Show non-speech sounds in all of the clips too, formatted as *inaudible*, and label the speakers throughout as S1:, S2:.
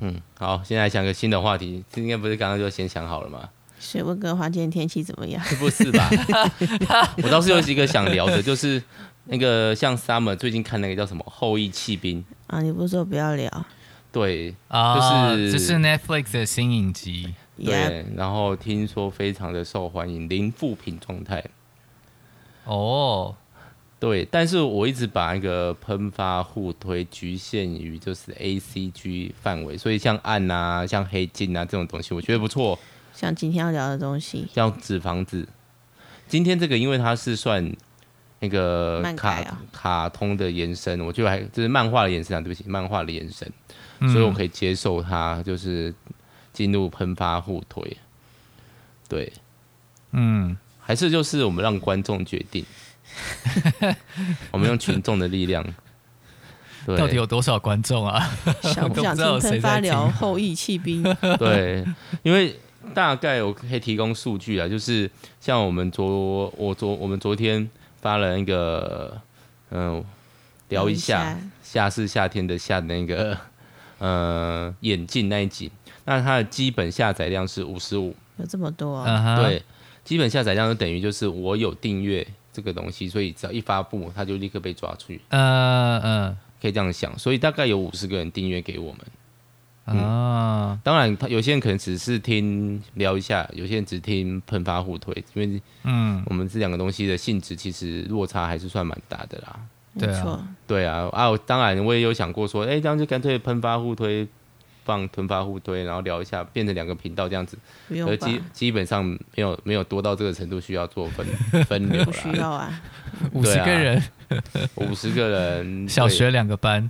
S1: 嗯，好，现在想个新的话题，这应该不是刚刚就先想好了吗？
S2: 水温哥华今天天气怎么
S1: *laughs*
S2: 样？*laughs*
S1: 是不是吧？ *laughs* 我倒是有一个想聊的，就是那个像 Summer 最近看那个叫什么《后羿弃兵》，
S2: 啊，你不是说不要聊？
S1: 对
S3: 啊，
S1: 就是
S3: 这是 Netflix 的新影集，
S2: Yeah，
S1: 对，然后听说非常的受欢迎，零负评状态。
S3: 哦，
S1: 对，但是我一直把那个喷发互推局限于就是 A C G 范围，所以像暗啊、像黑镜啊这种东西，我觉得不错。
S2: 像今天要聊的东西，
S1: *laughs* 像纸房子，今天这个因为它是算那个
S2: 漫
S1: 卡、
S2: 改啊
S1: 卡通的延伸，我觉得还就是漫画的延伸啊，对不起，漫画的延伸，
S3: 嗯
S1: 所以我可以接受它就是进入喷发互推。对，
S3: 嗯，
S1: 还是就是我们让观众决
S3: *laughs*
S1: 定，我们用群众的力量。对，
S3: 到底有多少观众啊？
S2: 想不想听喷发聊后羿弃兵？
S1: 对，因为大概我可以提供数据啊，就是像我们昨我昨我们昨天发了那个嗯、 *laughs* 聊一下夏是夏天的夏的那个呃眼镜那一集，那它的基本下载量是五十五，
S2: 有这么多、
S3: *laughs* 嗯哼，，
S1: 对，基本下载量就等于就是我有订阅这个东西，所以只要一发布，它就立刻被抓出去，嗯
S3: 呃
S1: 可以这样想，所以大概有五十个人订阅给我们。
S3: 嗯啊，
S1: 当然，他有些人可能只是听聊一下，有些人只听喷发互推，因为
S3: 嗯，
S1: 我们这两个东西的性质其实落差还是算蛮大的啦。
S2: 没
S3: 对啊
S2: 错，
S1: 对啊，啊，我当然我也有想过说，哎、这样就干脆喷发互推，放喷发互推，然后聊一下，变成两个频道这样子。
S2: 不
S1: 可
S2: 用
S1: 是
S2: 吧？
S1: 基基本上没有没有多到这个程度需要做分分流
S2: 不需
S1: 啦。
S2: 要
S1: *laughs*
S2: 啊，
S3: 五十
S1: 啊
S3: 个人，
S1: 五十个
S3: *laughs*
S1: 人，
S3: 小
S1: 对
S3: 学两个班，。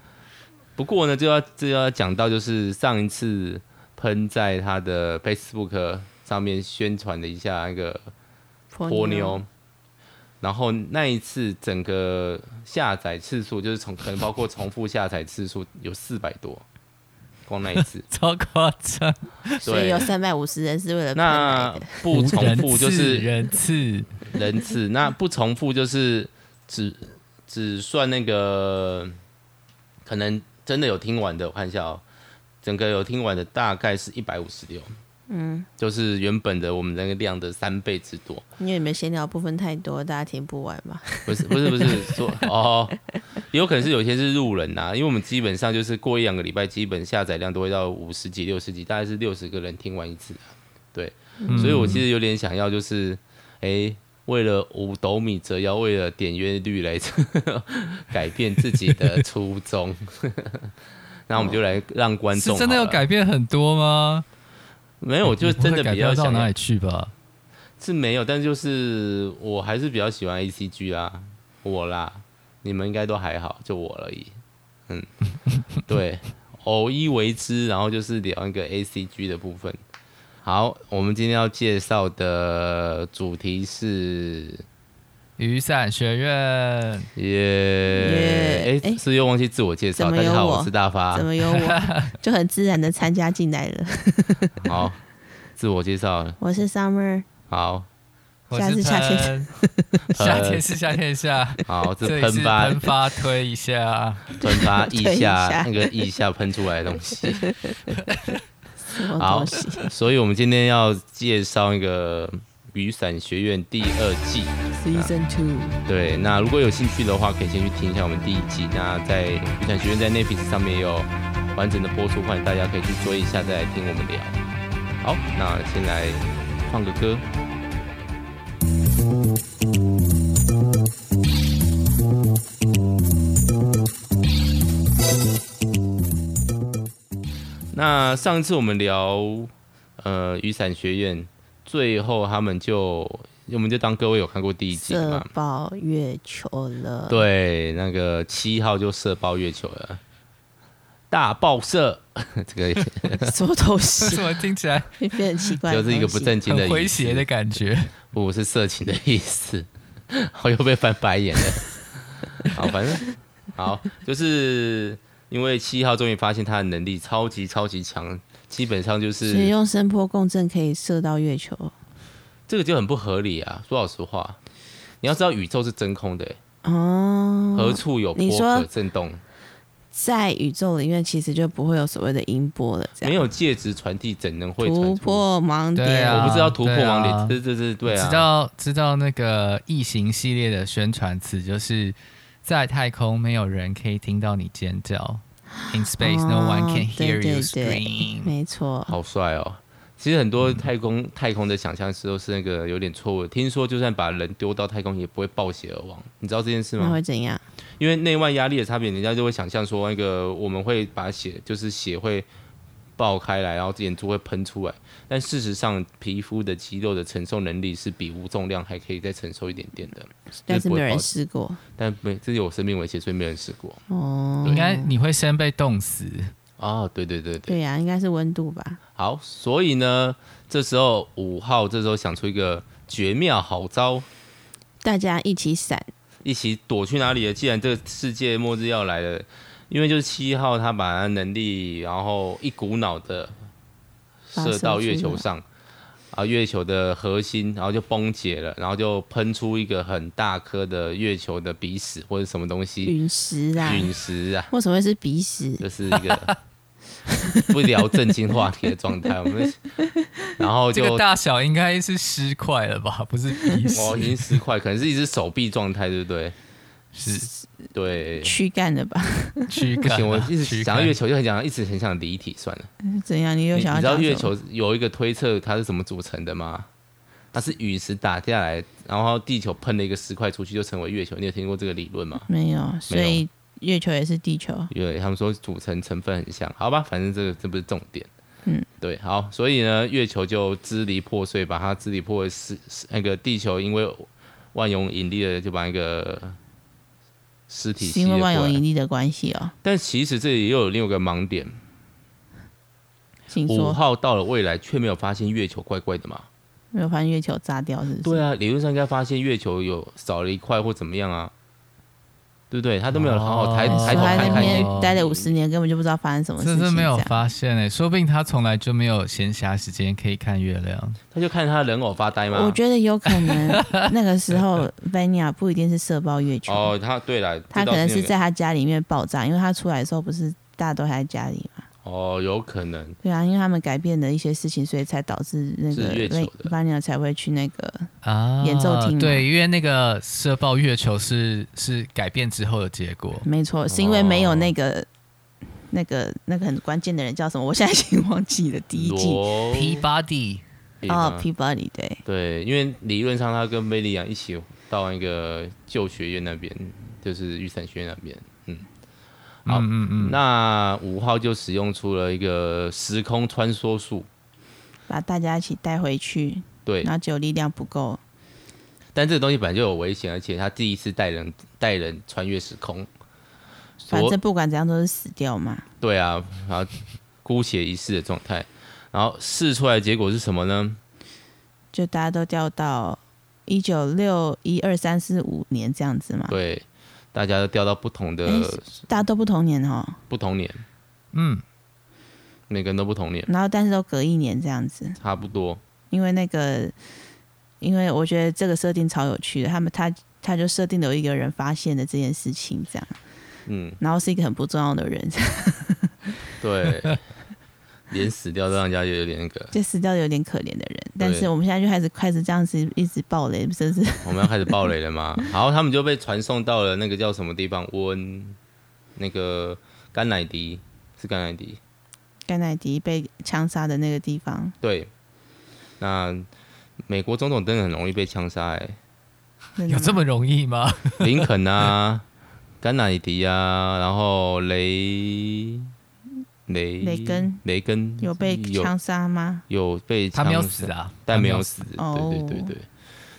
S1: 不过呢，就要就要讲到就是上一次喷在他的 Facebook 上面宣传了一下那个波
S2: 泼
S1: 妞，然后那一次整个下载次数就是从可能包括重复下载次数有四百多，光那一次
S3: 超夸张，
S2: 所以有
S1: 对
S2: 三百五十人是为了喷来
S1: 那
S2: 的，
S1: 不重
S3: 人
S1: 复就
S3: 次
S1: 是
S3: 人次，
S1: 人次，那不重复就是只只算那个可能真的有听完的，我看一下哦，整个有听完的大概是一百五十六，嗯，就是原本的我们那个量的三倍之多，
S2: 因为你们闲聊部分太多，大家听不完
S1: *laughs*
S2: 嘛。
S1: 不是不是不是说哦，也有可能是有些是路人呐、因为我们基本上就是过一两个礼拜，基本下载量都会到五十几、六十几，大概是六十个人听完一次、啊对，所以我其实有点想要就是，哎、为了五斗米折腰，为了点阅率来 *laughs* 改变自己的初衷， *laughs* 那我们就来让观众
S3: 是真的有
S1: 好了
S3: 改变很多吗？
S1: 没有？我就
S3: 你不会
S1: 真的
S3: 改
S1: 比较
S3: 变到
S1: 想
S3: 哪
S1: 要
S3: 里去吧？
S1: 是没有，但就是我还是比较喜欢 A C G 啦，我啦，你们应该都还好，就我而已。
S3: *laughs*
S1: 嗯，对，偶一为之，然后就是聊一个 A C G 的部分。好，我们今天要介绍的主题是
S3: 雨伞学院，
S1: 耶，
S2: 耶
S1: 哎，
S2: 诶
S1: 是又忘记自我介绍，
S2: 怎么
S1: 大家
S2: 有
S1: 好，
S2: 我
S1: 我是大发
S2: 怎，么
S1: *laughs*
S2: 有我就很自然的参加进来了？
S1: 好，自我介绍了，
S2: 我是 Summer，
S1: 好
S3: 我
S2: 下次
S3: 是
S2: 夏天
S3: 喷，
S2: *laughs*
S3: 夏天是夏天下，
S1: 好，这
S3: 这里
S1: 喷
S3: 是
S1: 发
S3: 喷发推
S1: *laughs*
S3: 一下，
S1: 喷
S2: *laughs*
S1: 发腋
S2: 对一
S1: 下
S2: 下
S1: 那个腋下喷出来的东
S2: *laughs*
S1: 西。
S2: 什么
S1: 好
S2: 东西？
S1: 所以我们今天要介绍一个雨伞学院第二季。
S2: Season
S1: *laughs*
S2: Two，
S1: 对，那如果有兴趣的话，可以先去听一下我们第一季。那在雨伞学院在 Netflix 上面也有完整的播出，欢迎大家可以去追一下，再来听我们聊。好，那先来放个歌。那上一次我们聊呃雨伞学院，最后他们就我们就当各位有看过第一季嘛，
S2: 射爆月球了。，
S1: 对，那个七号就射爆月球了，大爆射， *laughs*
S2: *laughs*
S1: 这个
S2: 什么东
S3: 为
S2: 西
S3: 什？么听起来
S2: 会 *laughs* 变得奇怪的
S1: 就
S2: 东
S1: 是
S2: 西，
S1: 一个不正经的
S3: 很
S1: 意
S3: 诙
S1: 思，
S3: 谐的感觉？
S1: 不是色情的意思， *laughs* 我又被翻白眼了。 *laughs* 好，反正好，就是因为七号终于发现他的能力超级超级强，基本上就
S2: 所以
S1: 是
S2: 用声波共振可以射到月球
S1: 这个就很不合理啊。说老实话，你要知道宇宙是真空的、欸
S2: 哦。
S1: 何处有
S2: 你
S1: 波
S2: 说
S1: 可震动？
S2: 在宇宙里面其实就不会有所谓的音波了，这样
S1: 没有介质传递，怎能会
S2: 突
S1: 传出？
S2: 破盲
S3: 对
S2: 点。哦
S3: 啊
S1: 我不知道突破盲
S3: 对啊
S1: 点，这这这对
S3: 知
S1: 啊，
S3: 道知道那个异形系列的宣传词就是在太空没有人可以听到你尖叫，In space no
S2: 哦
S3: one can hear
S2: 对对
S3: you
S2: 对
S3: scream。
S2: 没错，
S1: 好帅哦！其实很
S2: 嗯
S1: 多太空太空的想象是都是那个有点错误的。听说就算把人丢到太空，也不会暴血而亡，你知道这件事
S2: 那
S1: 吗？
S2: 会怎样？
S1: 因为内外压力的差别，人家就会想象说那个我们会把血就是血会爆开来，然后眼珠会喷出来。但事实上，皮肤的肌肉的承受能力是比无重量还可以再承受一点点的。
S2: 但是
S1: 不会
S2: 没有人
S1: 爆
S2: 试过
S1: 但没这有生命危险，所以没有人试过。
S2: 哦。
S3: 应该你会先被冻死。
S1: 哦，对对对
S2: *laughs*
S1: 对，
S2: 对呀、啊应该是温度吧？
S1: 好，所以呢，这时候五号这时候想出一个绝妙好招，
S2: 大家一起闪，
S1: 一起躲去哪里了？既然这个世界末日要来了，因为就是七号他把他能力，然后一股脑的射到月球上，啊，月球的核心，然后就崩解了，然后就喷出一个很大颗的月球的鼻屎或者什么东西，
S2: 陨石啊，
S1: 陨石啊，
S2: 为什么会是鼻屎？
S1: 这是一个不聊正经话题的状态。我们然后
S3: *laughs* 这
S1: 就
S3: 个大小应该是尸块了吧？ *laughs* 不是鼻
S1: 哦，已
S3: 屎，
S1: 经十块，可能是一只手臂状态，对不对？
S3: 是
S1: 对，
S2: 躯干的吧？ *laughs*
S3: 躯
S1: 不
S3: 干啊。
S1: 行，我一直
S3: 躯
S1: 想到
S3: 干
S1: 月球，就很想一直很想离体，算了。
S2: 怎样？你又
S1: 你你
S2: 想要
S1: 知道
S2: 讲
S1: 月
S2: 什么
S1: 球有一个推测它是怎么组成的吗？它是陨石打下来，然后地球喷了一个石块出去，就成为月球。你有听过这个理论吗？
S2: 没有？所以月球也是地球。
S1: 因为他们说组成成分很像，好吧，反正这个这不是重点。
S2: 嗯，
S1: 对，好，所以呢，月球就支离破碎，把它支离破碎是是那个地球，因为万有引力的，就把那个尸体
S2: 是
S1: 吸
S2: 因
S1: 了
S2: 为
S1: 过
S2: 万有
S1: 来
S2: 引。力的关系哦，
S1: 但其实这里又有另一个盲点，
S2: 请
S1: 五
S2: 说，
S1: 号到了未来却没有发现月球怪怪的嘛？
S2: 没有发现月球炸掉是不是？
S1: 对啊，理论上应该发现月球有少了一块或怎么样啊，对不对？他都没有好好抬
S3: 哦
S1: 抬头
S2: 说
S1: 看
S2: 他在那
S1: 看
S2: 边
S1: 月
S3: 哦
S1: 球，
S2: 待了五十年，根本就不知道发生什么事
S3: 这
S2: 情。
S3: 是没有
S2: 这样
S3: 发现诶、说不定他从来就没有闲暇时间可以看月亮。
S1: 他就看他人偶发呆啊嘛。
S2: 我觉得有可能那个
S1: *laughs*
S2: 时候 Vanya 不一定是射爆月球，
S1: 哦，他对了，
S2: 他
S1: 这倒
S2: 可能
S1: 有
S2: 是在他家里面爆炸，因为他出来的时候不是大家都还在家里嘛。
S1: 哦，有可能
S2: 对啊，因为他们改变了一些事情，所以才导致那个
S1: 是月球的
S2: Vanya 才会去那个
S3: 啊，
S2: 演奏厅吗
S3: 对，因为那个射爆月球是是改变之后的结果。
S2: 没
S1: 哦
S2: 错，是因为没有那个、那个、那个很关键的人叫什么？我现在已经忘记了第一季啊
S1: 罗
S3: P body
S2: 哦
S1: 吗
S2: ，Peabody 对，
S1: 对，因为理论上他跟梅利亚一起到那个旧学院那边，就是预算学院那边。好
S3: 嗯嗯嗯，
S1: 那五号就使用出了一个时空穿梭术，
S2: 把大家一起带回去，
S1: 对
S2: 然，后只有力量不够，
S1: 但这个东西本来就有危险，而且他第一次带人带人穿越时空，
S2: 反
S1: 所
S2: 正不管怎样都是死掉嘛。
S1: 对啊，然后姑且一试的状态，然后试出来的结果是什么呢？
S2: 就大家都掉到一九六一二三四五年这样子嘛，
S1: 对，呃大家都掉到不同的、
S2: 啊哎大家都不同年哦，
S1: 不同年，
S3: 嗯，
S1: 每个人都不同年，
S2: 然后但是都隔一年这样子，
S1: 差不多。
S2: 因为那个，因为我觉得这个设定超有趣的，他们他他就设定了有一个人发现的这件事情这样，
S1: 嗯，
S2: 然后是一个很不重要的人， *laughs*
S3: *laughs*
S1: 对，连死掉都让人家有点那个。
S2: 就死掉有点可怜的人。但是
S1: 对
S2: 我们现在就开始开始这样子一直暴雷，真是 *laughs*
S1: 我们要开始爆雷了吗？好，他们就被传送到了那个叫什么地方？温那个甘乃迪是甘乃迪，
S2: 甘乃迪被枪杀的那个地方，
S1: 对。那美国总统真的很容易被枪杀哎，
S2: 真的
S3: 有
S2: 吗
S3: 这么容易吗？
S1: 林肯
S3: *laughs*
S1: 啊，甘乃迪啊，然后雷雷
S2: 雷根
S1: 雷根
S2: 有被
S1: 有
S2: 枪杀吗？
S1: 有被
S3: 他
S1: 枪
S3: 没有
S1: 杀
S3: 死啊，
S1: 但没有
S3: 他
S1: 死，
S2: 哦
S1: 对对对对，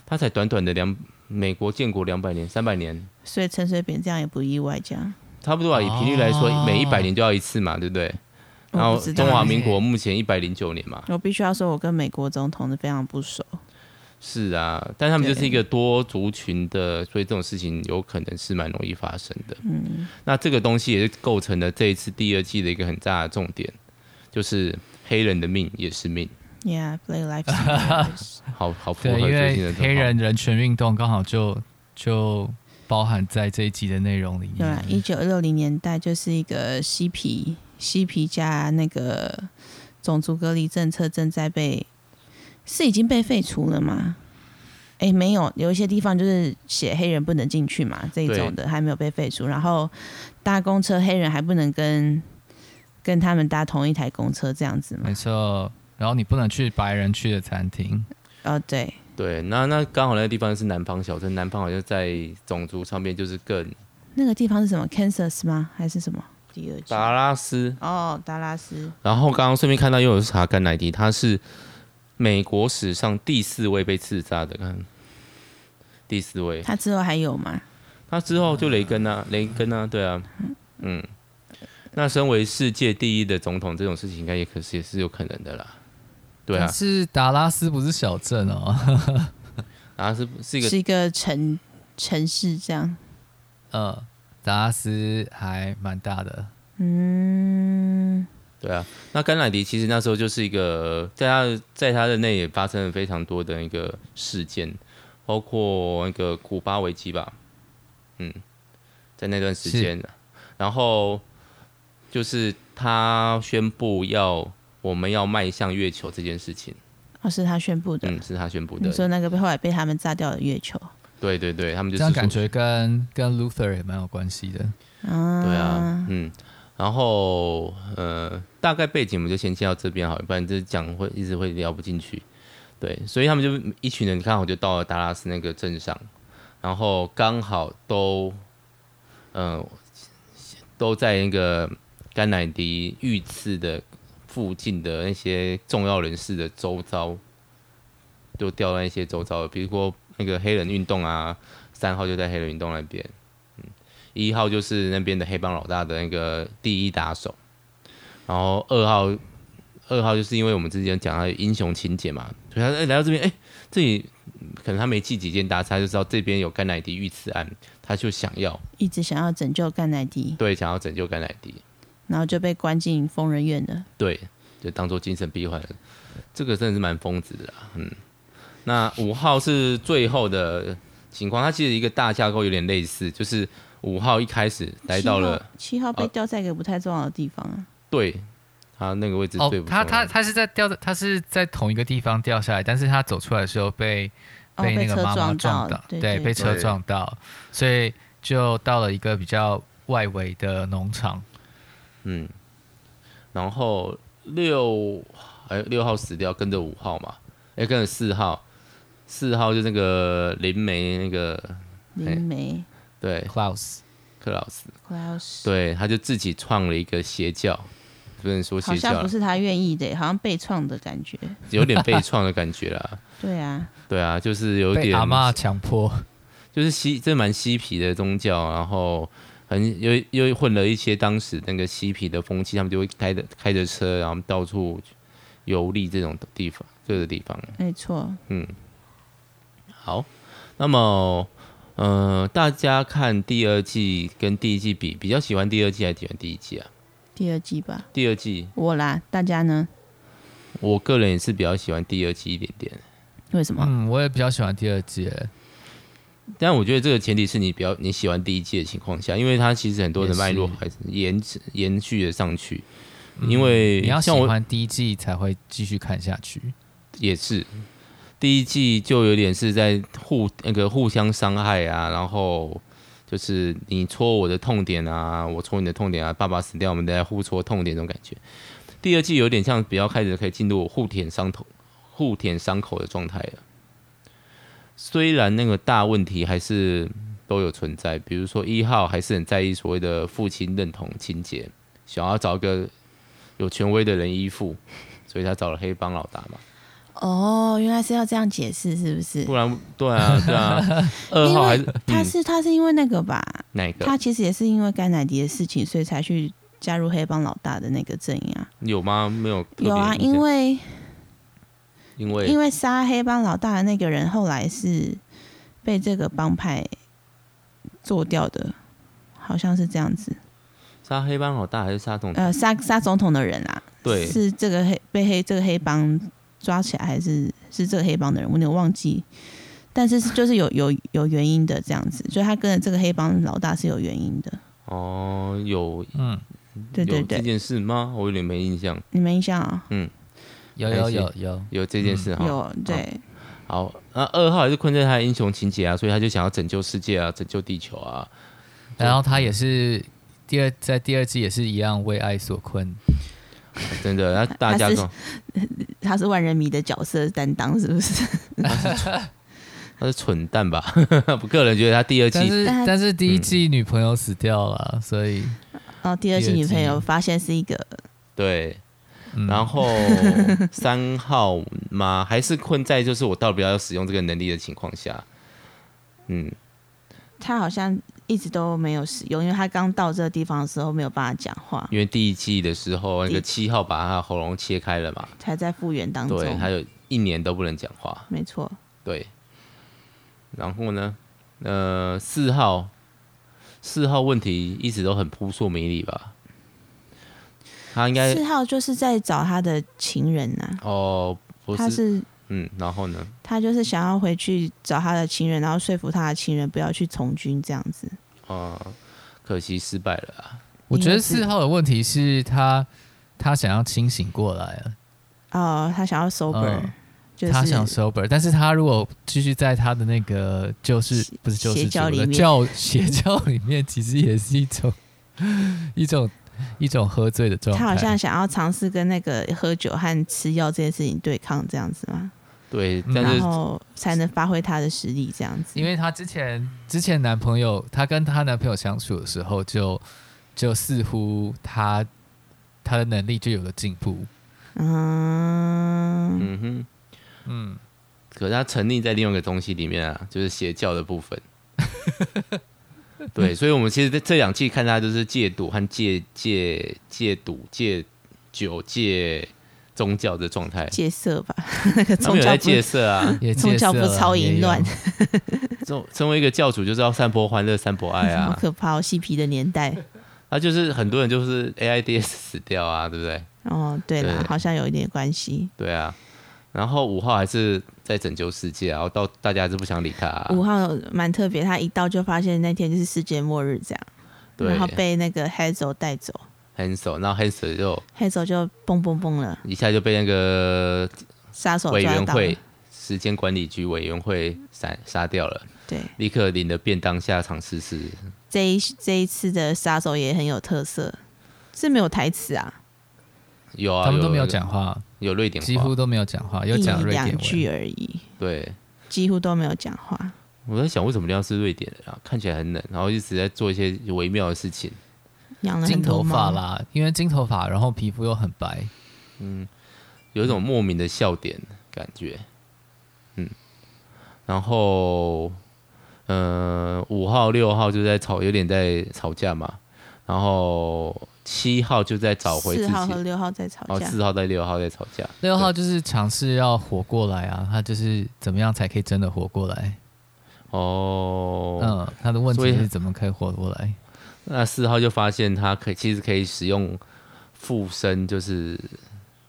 S1: 他才短短的两美国建国两百年三百年。
S2: 所以陈水扁这样也不意外，这样
S1: 差不多啊，以频率来说，
S3: 哦
S1: 每一百年就要一次嘛，对不对？
S2: 我
S1: 然后
S2: 不知道
S1: 中华
S2: 欸
S1: 民国目前一百零九年嘛，
S2: 我必须要说，我跟美国总统的非常不熟。
S1: 是啊，但他们
S2: 对
S1: 就是一个多族群的，所以这种事情有可能是蛮容易发生的。
S2: 嗯，
S1: 那这个东西也是构成了这一次第二季的一个很大的重点，就是黑人的命也是命，
S2: Yeah, play life. matters.
S1: 好好符合
S3: 对，因
S1: 最近的
S3: 为黑人人权运动刚好就就包含在这一集的内容里
S2: 对啊
S3: 面，。
S2: 一九六零年代就是一个嬉皮嬉皮加那个种族隔离政策正在被是已经被废除了吗？哎，没有，有一些地方就是写黑人不能进去嘛，这一种的还没有被废除。然后搭公车黑人还不能跟跟他们搭同一台公车这样子嘛
S3: 没？错，然后你不能去白人去的餐厅，
S2: 哦，对，
S1: 对，那那刚好那个地方是南方小镇，南方好像在种族上面就是更
S2: 那个地方是什么？Kansas 吗？还是什么？第二季
S1: 达拉斯。
S2: 哦，达拉斯
S1: 然后刚刚顺便看到又有查甘乃迪，他是美国史上第四位被刺杀的，看第四位，
S2: 他之后还有吗？
S1: 他之后就雷根啊，雷根啊，对啊，嗯。那身为世界第一的总统，这种事情应该也可是也是有可能的啦，对啊
S3: 但，是达拉斯不是小镇哦， *laughs*
S1: 然后是是一个
S2: 是一个城城市这样。
S3: 呃，达拉斯还蛮大的，
S2: 嗯，
S1: 对啊，那甘乃迪其实那时候就是一个，在他在他任内也发生了非常多的一个事件，包括那个古巴危机吧，嗯，在那段时间，然后就是他宣布要我们要迈向月球这件事情，
S2: 哦，是他宣布的。
S1: 嗯，是他宣布
S2: 你
S1: 的，
S2: 说那个被后来被他们炸掉的月球，
S1: 对对对，他们就是
S3: 这样感觉跟跟 Luther 也蛮有关系的。
S2: 啊，
S1: 对啊，嗯，然后呃，大概背景我们就先切到这边好了，不然这讲会一直会聊不进去。对，所以他们就一群人刚好就到了达拉斯那个镇上，然后刚好都，呃，都在那个甘乃迪遇刺的附近的那些重要人士的周遭，就调到一些周遭，比如说那个黑人运动啊，三号就在黑人运动那边，一号就是那边的黑帮老大的那个第一打手，然后二号，二号就是因为我们之前讲他的英雄情节嘛，所以他、哎来到这边，哎、这里可能他没记几件大差，他就知道这边有甘乃迪遇刺案，他就想要
S2: 一直想要拯救甘乃迪，
S1: 对想要拯救甘乃迪，
S2: 然后就被关进疯人院了。
S1: 对，就当做精神病患了，这个真的是蛮疯子的啦，嗯。那五号是最后的情况，它其实一个大架构有点类似，就是五号一开始来到了
S2: 七号七号被
S1: 哦
S2: 吊在一个不太重要的地方啊，
S1: 对，他那个位置
S3: 哦
S1: 对不、，
S3: 他他他是在掉的，他是在同一个地方掉下来，但是他走出来的时候被、
S2: 哦，
S3: 那
S2: 车
S3: 个妈妈
S2: 撞
S3: 到，
S2: 对
S3: 被车
S1: 对
S3: 撞到，所以就到了一个比较外围的农场。
S1: 嗯，然后六哎六号死掉，跟着五号嘛，哎跟着四号，四号就那个灵媒那个哎
S2: 灵媒
S1: 对
S3: Klaus
S1: 克劳斯，
S2: Klaus，
S1: 对他就自己创了一个邪教，不能说
S2: 好
S1: 邪
S2: 像
S1: 教
S2: 不
S1: 啦，
S3: *laughs*
S2: 是他愿意的，好像被创的感觉。
S1: 有点被创的感觉啦。
S2: 对啊，
S1: 对啊，就是有
S3: 被
S1: 点
S3: 阿嬷强
S1: *laughs*
S3: 迫，
S1: 就是嬉，这蛮嬉皮的宗教，然后很又又混了一些当时那个嬉皮的风气，他们就会开着开着车，然后到处游历这种地方，各个地方。
S2: 没错，
S1: 好，那么呃，大家看第二季跟第一季比，比较喜欢第二季还是喜欢第一季啊？
S2: 第二季吧，
S1: 第二季，
S2: 我啦，大家呢？
S1: 我个人也是比较喜欢第二季一点点，
S2: 为什么？
S3: 嗯，我也比较喜欢第二季了，
S1: 但我觉得这个前提是你比较你喜欢第一季的情况下，因为它其实很多的脉络
S3: 也是
S1: 还是延延续的上去，因为
S3: 嗯你要喜
S1: 像我
S3: 欢第一季才会继续看下去。
S1: 也是第一季就有点是在互那个互相伤害啊，然后就是你戳我的痛点啊，我戳你的痛点啊，爸爸死掉，我们在互戳痛点这种感觉。第二季有点像比较开始可以进入互舔伤口、互舔伤口的状态了。虽然那个大问题还是都有存在，比如说一号还是很在意所谓的父亲认同情节，想要找一个有权威的人依附，所以他找了黑帮老大嘛。
S2: 哦，原来是要这样解释，是不是？
S1: 不然对啊对
S2: *laughs*
S1: 啊，二号还是
S2: 他
S1: 嗯
S2: 是他是因为那个吧，
S1: 哪一个
S2: 他其实也是因为甘乃迪的事情，所以才去加入黑帮老大的那个阵营啊。
S1: 有吗？没有特别
S2: 有啊，
S1: 印象
S2: 因为
S1: 因为
S2: 因为杀黑帮老大的那个人后来是被这个帮派做掉的，好像是这样子。
S1: 杀黑帮老大还是杀总统
S2: 呃，杀杀总统的人啊，
S1: 对
S2: 是这个黑被黑这个黑帮抓起来，还是是这个黑帮的人？我有点忘记但是是就是有有有原因的这样子，就他跟着这个黑帮老大是有原因的。
S1: 哦，有
S3: 嗯，
S2: 对对
S1: 有这
S2: 对，
S1: 件事吗？我有点没印象，
S2: 你们印象啊？
S3: 有有有有，
S1: 有这件事哈。
S2: 嗯有对，
S1: 好，那二号还是困在他的英雄情节啊，所以他就想要拯救世界啊，拯救地球啊。
S3: 然后他也是第二在第二季也是一样为爱所困，
S1: 真的，那大家
S2: 他是
S1: 都
S2: 他是万人迷的角色担当，是不是？ *laughs*
S1: 他是蠢蛋吧？ *laughs* 我个人觉得他第二
S3: 但
S1: 季嗯
S3: 是
S2: 但
S3: 但是第一季女朋友死掉了，所以
S2: 然后第二季
S3: 第二
S2: 女朋友
S3: 季
S2: 发现是一个
S1: 对，
S3: 嗯
S1: 然后三号嘛还是困在就是我到底要不要使用这个能力的情况下，嗯，
S2: 他好像一直都没有使用，因为他刚到这个地方的时候没有办法讲话，
S1: 因为第一季的时候那个
S2: 第
S1: 七号把他的喉咙切开了嘛，
S2: 才在复原当中。
S1: 对，还有一年都不能讲话，
S2: 没错，
S1: 对，然后呢，呃，四号四号问题一直都很扑朔迷离吧，他应该
S2: 四号就是在找他的情人呐、
S1: 哦不
S2: 他是
S1: 嗯，然后呢？
S2: 他就是想要回去找他的情人，然后说服他的情人不要去从军这样子。
S1: 啊、可惜失败了啊。
S3: 我觉
S2: 应
S3: 得
S2: 该是
S3: 四号的问题是他他想要清醒过来了，
S2: 哦，他想要 sober，、
S3: 嗯
S2: 就是
S3: 他想 sober，但是他如果继续在他的那个就是
S2: 邪
S3: 不是就是
S2: 邪教里面
S3: 教邪教里面，其实也是一种一种一种喝醉的状态。
S2: 他好像想要尝试跟那个喝酒和吃药这件事情对抗这样子嘛，
S1: 对，
S3: 嗯
S1: 但
S2: 然
S1: 是
S2: 后才能发挥他的实力这样子。嗯
S3: 因为她之前之前男朋友，她跟她男朋友相处的时候就，就似乎她她的能力就有了进步。
S2: 嗯，
S1: 嗯哼，
S3: 嗯，
S1: 可是他沉溺在另外一个东西里面啊，就是邪教的部分。 *laughs* 对，所以我们其实这这两季看他就是戒赌和戒戒戒赌、戒酒、戒宗教的状态。
S2: 戒色吧， *laughs* 那个
S1: 他们
S2: 宗
S1: 有
S2: 教
S1: 在
S2: 不
S1: 戒色啊，
S3: 也
S2: 宗
S3: 戒
S2: 教
S3: 色
S2: 不
S3: 了
S2: 超
S3: 也
S2: 淫
S3: 有
S2: 乱
S1: 成成为一个教主就是要散播欢乐、散播爱
S2: 好
S1: 啊。
S2: 可怕哦，嬉皮的年代。
S1: 他就是很多人就是 AIDS 死掉啊，对不对？
S2: 哦，对了，
S1: 对
S2: 好像有一点关系。
S1: 对啊。然后五号还是在拯救世界啊，然后到大家还是不想理他啊、
S2: 五号蛮特别，他一到就发现那天就是世界末日这样，
S1: 对
S2: 然后被那个 Hazel 带走
S1: ，Hansel，然后 Hansel 就
S2: ，Hazel 就蹦蹦蹦了，
S1: 一下就被那个
S2: 杀手
S1: 委
S2: 哦抓
S1: 员
S2: 到了
S1: 会。时间管理局委员会杀杀掉了，
S2: 对，
S1: 立刻领了便当下场试试。
S2: 这一这一次的杀手也很有特色，是没有台词啊，
S1: 有啊，
S3: 他们都没有，讲话，
S1: 有瑞典话
S3: 几乎都没有讲话，有
S2: 一
S3: 讲瑞典
S2: 两句
S3: 文。
S2: 而已，
S1: 对。
S2: 几乎都没有讲话。
S1: 我在想为什么一定要是瑞典人啊？看起来很冷，然后一直在做一些微妙的事情。
S2: 养了
S3: 金
S2: 很
S3: 头
S2: 多猫，
S3: 发啦，因为金头发，然后皮肤又很白，
S1: 有一种莫名的笑点感觉，嗯，然后，呃，五号、六号就在吵，有点在吵架嘛，然后七号就在找回自
S2: 四
S1: 己，
S2: 号和六号在吵
S1: 然后
S2: 架，
S3: 哦
S1: 四号在六号在吵架，
S3: 六号就是尝试要活过来啊，他就是怎么样才可以真的活过来？
S1: 哦，
S3: 嗯，他的问
S1: 所以
S3: 题是怎么可以活过来？
S1: 那四号就发现他可以其实可以使用附身，就是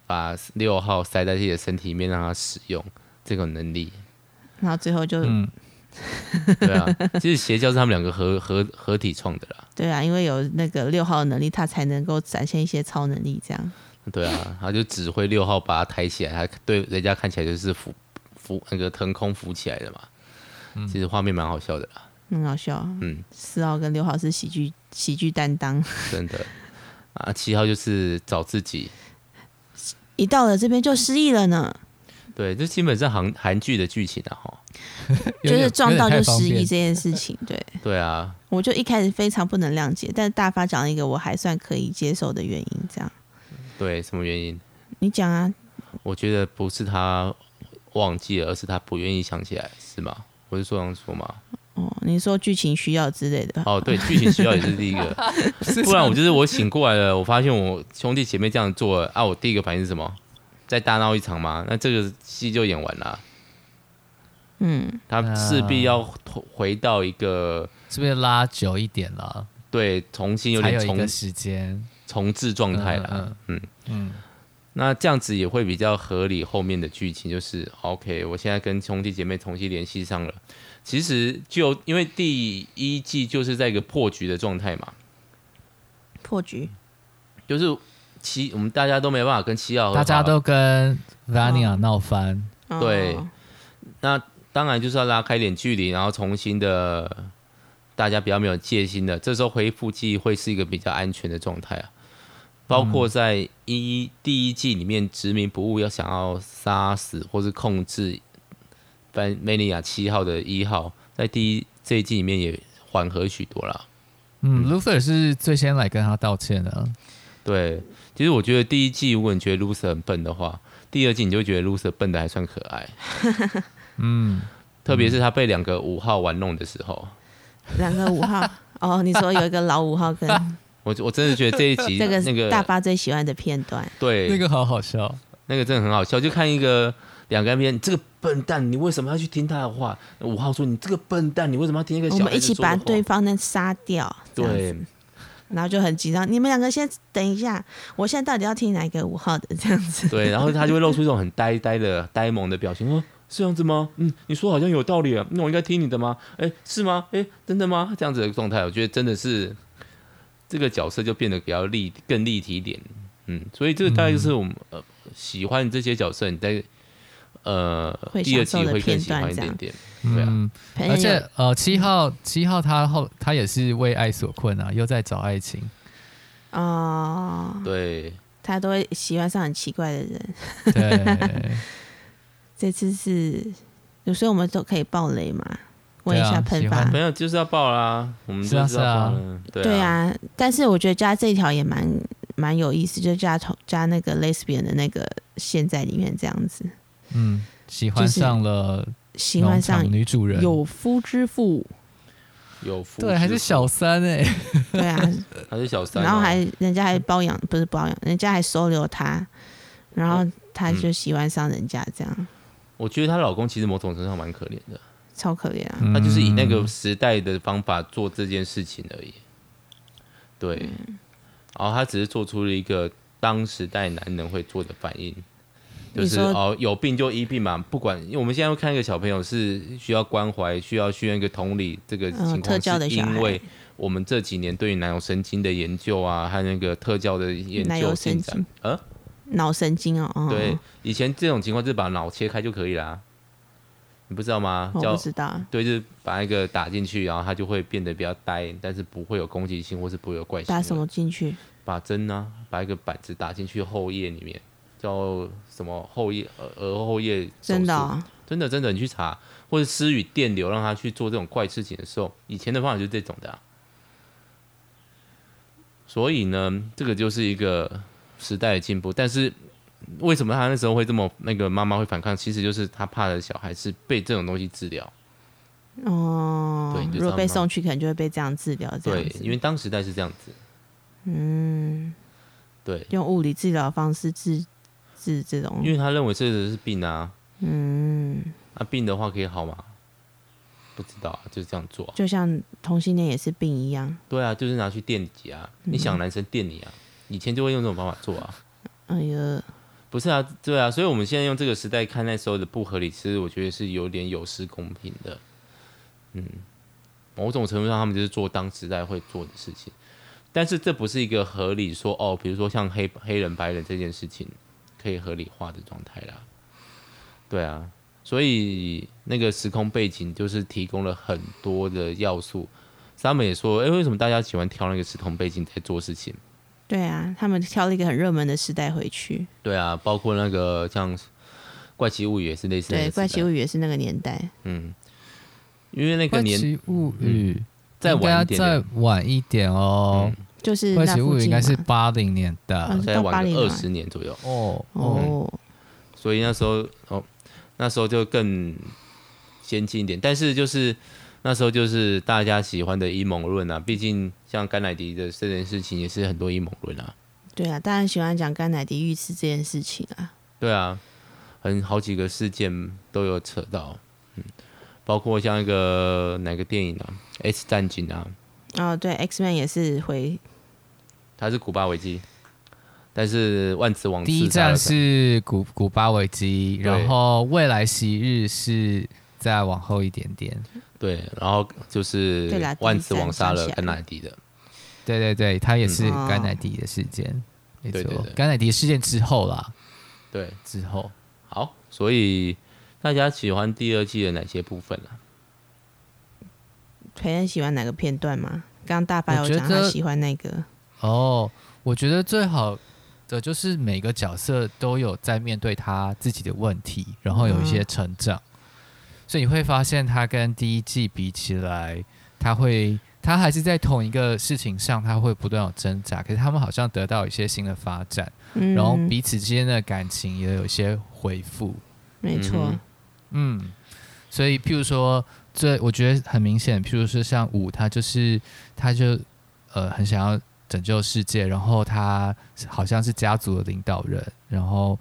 S1: 把六号塞在自己的身体里面让他使用这个能力，
S2: 然后最后就、
S3: 嗯，
S1: 对啊，其实邪教是他们两个合合合体创的啦。
S2: 对啊，因为有那个六号的能力，他才能够展现一些超能力这样。
S1: 对啊，他就指挥六号把他抬起来，他对人家看起来就是浮浮那个腾空浮起来的嘛。其实画面蛮好笑的啦，
S2: 很好笑。
S1: 嗯，
S2: 四号跟六号是喜剧喜剧担当，
S1: 真的。啊，七号就是找自己，
S2: 一到了这边就失忆了呢，
S1: 对，这基本上韩韩剧的剧情啊，哈，
S3: 有
S2: 就
S3: 点
S2: 是撞到
S3: 有点
S2: 就
S3: 太方
S2: 失忆
S3: 便
S2: 这件事情。对，
S1: 对啊，
S2: 我就一开始非常不能谅解，但是大发讲了一个我还算可以接受的原因，这样
S1: 对，什么原因？
S2: 你讲啊，
S1: 我觉得不是他忘记了，而是他不愿意想起来，是吗？我是这样说嘛？
S2: 哦，你说剧情需要之类的吧，
S1: 哦，对，剧情需要也是第一个，不然我就是我醒过来了，我发现我兄弟姐妹这样做了啊，我第一个反应是什么？再大闹一场吗？那这个戏就演完了，啊
S2: 嗯，
S1: 他势必
S3: 啊
S1: 要回到一个
S3: 是不是拉久一点了？
S1: 对重新有
S3: 还
S1: 点
S3: 有一
S1: 重
S3: 个时间，
S1: 重置状态了。
S3: 嗯
S1: 嗯，
S3: 嗯，
S1: 那这样子也会比较合理。后面的剧情就是，OK，我现在跟兄弟姐妹重新联系上了。其实就因为第一季就是在一个破局的状态嘛，
S2: 破局，
S1: 就是七我们大家都没办法跟七号，啊
S3: 大家都跟 Vania 闹翻，
S2: 哦
S1: 对那当然就是要拉开一点距离，然后重新的大家比较没有戒心的，这时候恢复记忆会是一个比较安全的状态啊。包括在一第一季里面，殖民不悟要想要杀死或是控制班梅利亚七号的一号，在第一这一季里面也缓和许多啦。
S3: 嗯，Luther 是最先来跟他道歉的，
S1: 对，其实我觉得第一季如果你觉得 Lucy 很笨的话，第二季你就会觉得 Lucy 笨的还算可爱，
S3: 嗯，
S1: 特别是他被两个五号玩弄的时候，
S2: 两个五号。哦，你说有一个老
S1: *laughs*
S2: 五号跟
S1: 我我真的觉得这一集
S2: *laughs* 这
S1: 那
S2: 个
S1: 个
S2: 大巴最喜欢的片段，
S1: 对
S3: 那个好好笑，
S1: 那个真的很好笑，就看一个两个人边，这个笨蛋，你为什么要去听他的话？五号说你这个笨蛋，你为什么要听那个
S2: 我
S1: 小孩
S2: 们一
S1: 子
S2: 起
S1: 说的
S2: 把
S1: 话？
S2: 对方那杀掉，这样
S1: 对
S2: 子，然后就很紧张。你们两个先等一下，我现在到底要听哪一个五号的这样子？
S1: 对，然后他就会露出一种很呆呆的、呆萌的表情，说：“是这样子吗？嗯，你说好像有道理啊，那我应该听你的吗？哎，是吗？哎，真的吗？这样子的状态，我觉得真的是这个角色就变得比较立、更立体一点。嗯，所以这个大概就是我们、呃喜欢这些角色，你在呃
S2: 会
S1: 第二季
S2: 享受的
S1: 会更
S2: 片
S1: 喜
S2: 段
S1: 欢一
S2: 这
S1: 点
S2: 样
S1: 点。对啊
S3: 嗯，
S2: 朋友
S3: 而且呃，七号七号他后他也是为爱所困啊，又在找
S2: *laughs*
S3: 爱情，
S2: 哦，
S1: 对，
S2: 他都会喜欢上很奇怪的人。
S3: 对，
S2: 这次是，所以我们都可以爆雷嘛？问一
S3: 对啊
S2: 下喷
S3: 喜
S2: 发
S3: 欢。
S1: 没有就是要爆啦，我们
S3: 是啊
S1: 就是要爆了，对
S2: 对啊，但是我觉得加这一条也蛮蛮有意思，就加同加那个 lesbian 的那个线在里面，这样子
S3: 嗯，喜欢上了
S2: 喜欢
S3: 农
S2: 上
S3: 场女主人，
S2: 有夫之妇，
S1: 有福
S3: 对，还
S1: 之
S3: 是
S1: 福
S3: 小三哎、
S2: 对
S3: *laughs*
S2: 啊，
S1: 还是小三哦、
S2: 然后还人家还包养，不是包养，人家还收留她，然后她
S3: 嗯
S2: 就喜欢上人家，这样、
S1: 我觉得她老公其实某种程度上蛮可怜的，
S2: 超可怜啊。
S1: 他就是以那个
S3: 嗯
S1: 时代的方法做这件事情而已。对，
S2: 嗯
S1: 然后他只是做出了一个当时代男人会做的反应，就
S2: 你
S1: 是
S2: 说
S1: 哦有病就医病嘛，不管因为我们现在看一个小朋友是需要关怀，需要训练一个同理这个
S2: 嗯
S1: 情
S2: 特
S1: 况，
S2: 教的
S1: 是
S2: 小孩
S1: 因为我们这几年对于男友神经的研究啊，还有那个特教的研
S2: 男
S1: 究
S2: 友神
S1: 进展
S2: 经，
S1: 呃，
S2: 脑神经哦，哦
S1: 对，，以前这种情况就是把脑切开就可以啦，你不知道吗？
S2: 我
S1: 叫
S2: 不知道，
S1: 对，就是把那个打进去，然后它就会变得比较呆，但是不会有攻击性，或是不会有怪性。
S2: 打什？么进去？
S1: 把针呢、把一个板子打进去后叶里面，叫什么后叶呃额后叶手
S2: 真的
S1: 术
S2: 哦、
S1: 真的真的，你去查，或者施予电流让他去做这种怪事情的时候，以前的方法就是这种的、啊。所以呢，这个就是一个时代的进步。但是为什么他那时候会这么那个妈妈会反抗？其实就是他怕的小孩是被这种东西治疗。
S2: 哦
S1: 对你，就
S2: 如
S1: 知
S2: 果
S1: 道
S2: 被
S1: 吗
S2: 送去，可能就会被这样治疗，这
S1: 对
S2: 样，子
S1: 因为当时代是这样子。
S2: 嗯，
S1: 对，
S2: 用物理治疗方式治治这种
S1: 因，为他认为这个是病啊，
S2: 嗯，
S1: 那、病的话可以好吗？不知道啊，就是这样做啊。
S2: 就像同性恋也是病一样，
S1: 对啊，就是拿去电击啊，你
S2: 嗯
S1: 想男生电你啊，以前就会用这种方法做啊。
S2: 哎呀，
S1: 不是啊，对啊，所以我们现在用这个时代看那时候的不合理，其实我觉得是有点有失公平的。嗯，某种程度上，他们就是做当时代会做的事情，但是这不是一个合理说哦，比如说像黑黑人白人这件事情可以合理化的状态啦。对啊，所以那个时空背景就是提供了很多的要素。他们也说，诶，为什么大家喜欢挑那个时空背景在做事情？
S2: 对啊，他们挑了一个很热门的时代回去，
S1: 对啊，包括那个像《怪奇物语》也是类似那个时
S2: 对，
S1: 代
S2: 怪奇物语也是那个年代，
S1: 嗯，因为那个
S3: 怪
S1: 年嗯
S3: 奇物语。
S1: 再
S3: 应该要
S1: 晚一点嗯点，
S3: 再晚一点哦。
S2: 就是
S3: 怪
S2: 那
S3: 奇物
S2: 附
S3: 语应
S2: 近
S3: 该是
S2: 嘛
S3: 八零年代
S2: 嗯
S1: 再晚
S2: 到
S1: 个
S2: 80
S1: 二十年左右，
S3: 哦
S2: 哦，
S1: 所以那时候哦，那时候就更先进一点，但是就是那时候就是大家喜欢的阴谋论啊，毕竟像甘乃迪的这件事情也是很多阴谋论啊，
S2: 对啊，大家喜欢讲甘乃迪遇刺这件事情啊，
S1: 对啊，很好几个事件都有扯到，嗯，包括像一个哪个电影啊，《X 战警》啊，
S2: 哦，对，X Man 也是回
S1: 它是古巴危机，但是万磁王
S3: 第一
S1: 刺杀了
S3: 站
S1: 他
S3: 是古古巴维基，
S1: 对
S3: 然后未来昔日是再往后一点点。
S1: 对，然后就是
S2: 对啦第一
S1: 万磁王
S2: 站
S1: 杀
S2: 想
S1: 了
S2: 起来
S1: 甘
S2: 了
S1: 乃迪的，
S3: 对对对，它也是
S2: 嗯
S3: 甘乃迪的事件，没错
S1: 对对对。
S3: 甘乃迪事件之后啦，
S1: 对，
S3: 之后
S1: 好，所以大家喜欢第二季的哪些部分啊呢、
S2: 培恩喜欢哪个片段吗？刚刚大白有讲
S3: 我
S2: 他
S3: 觉得
S2: 喜欢那个，
S3: 哦，我觉得最好的就是每个角色都有在面对他自己的问题，然后有一些成长，所以你会发现他跟第一季比起来，他会他还是在同一个事情上，他会不断有挣扎，可是他们好像得到一些新的发展，
S2: 嗯，
S3: 然后彼此之间的感情也有一些回复，
S2: 没错
S1: 嗯，
S3: 嗯，所以譬如说，这我觉得很明显，譬如说像五，他就是他就呃很想要拯救世界，然后他好像是家族的领导人，然后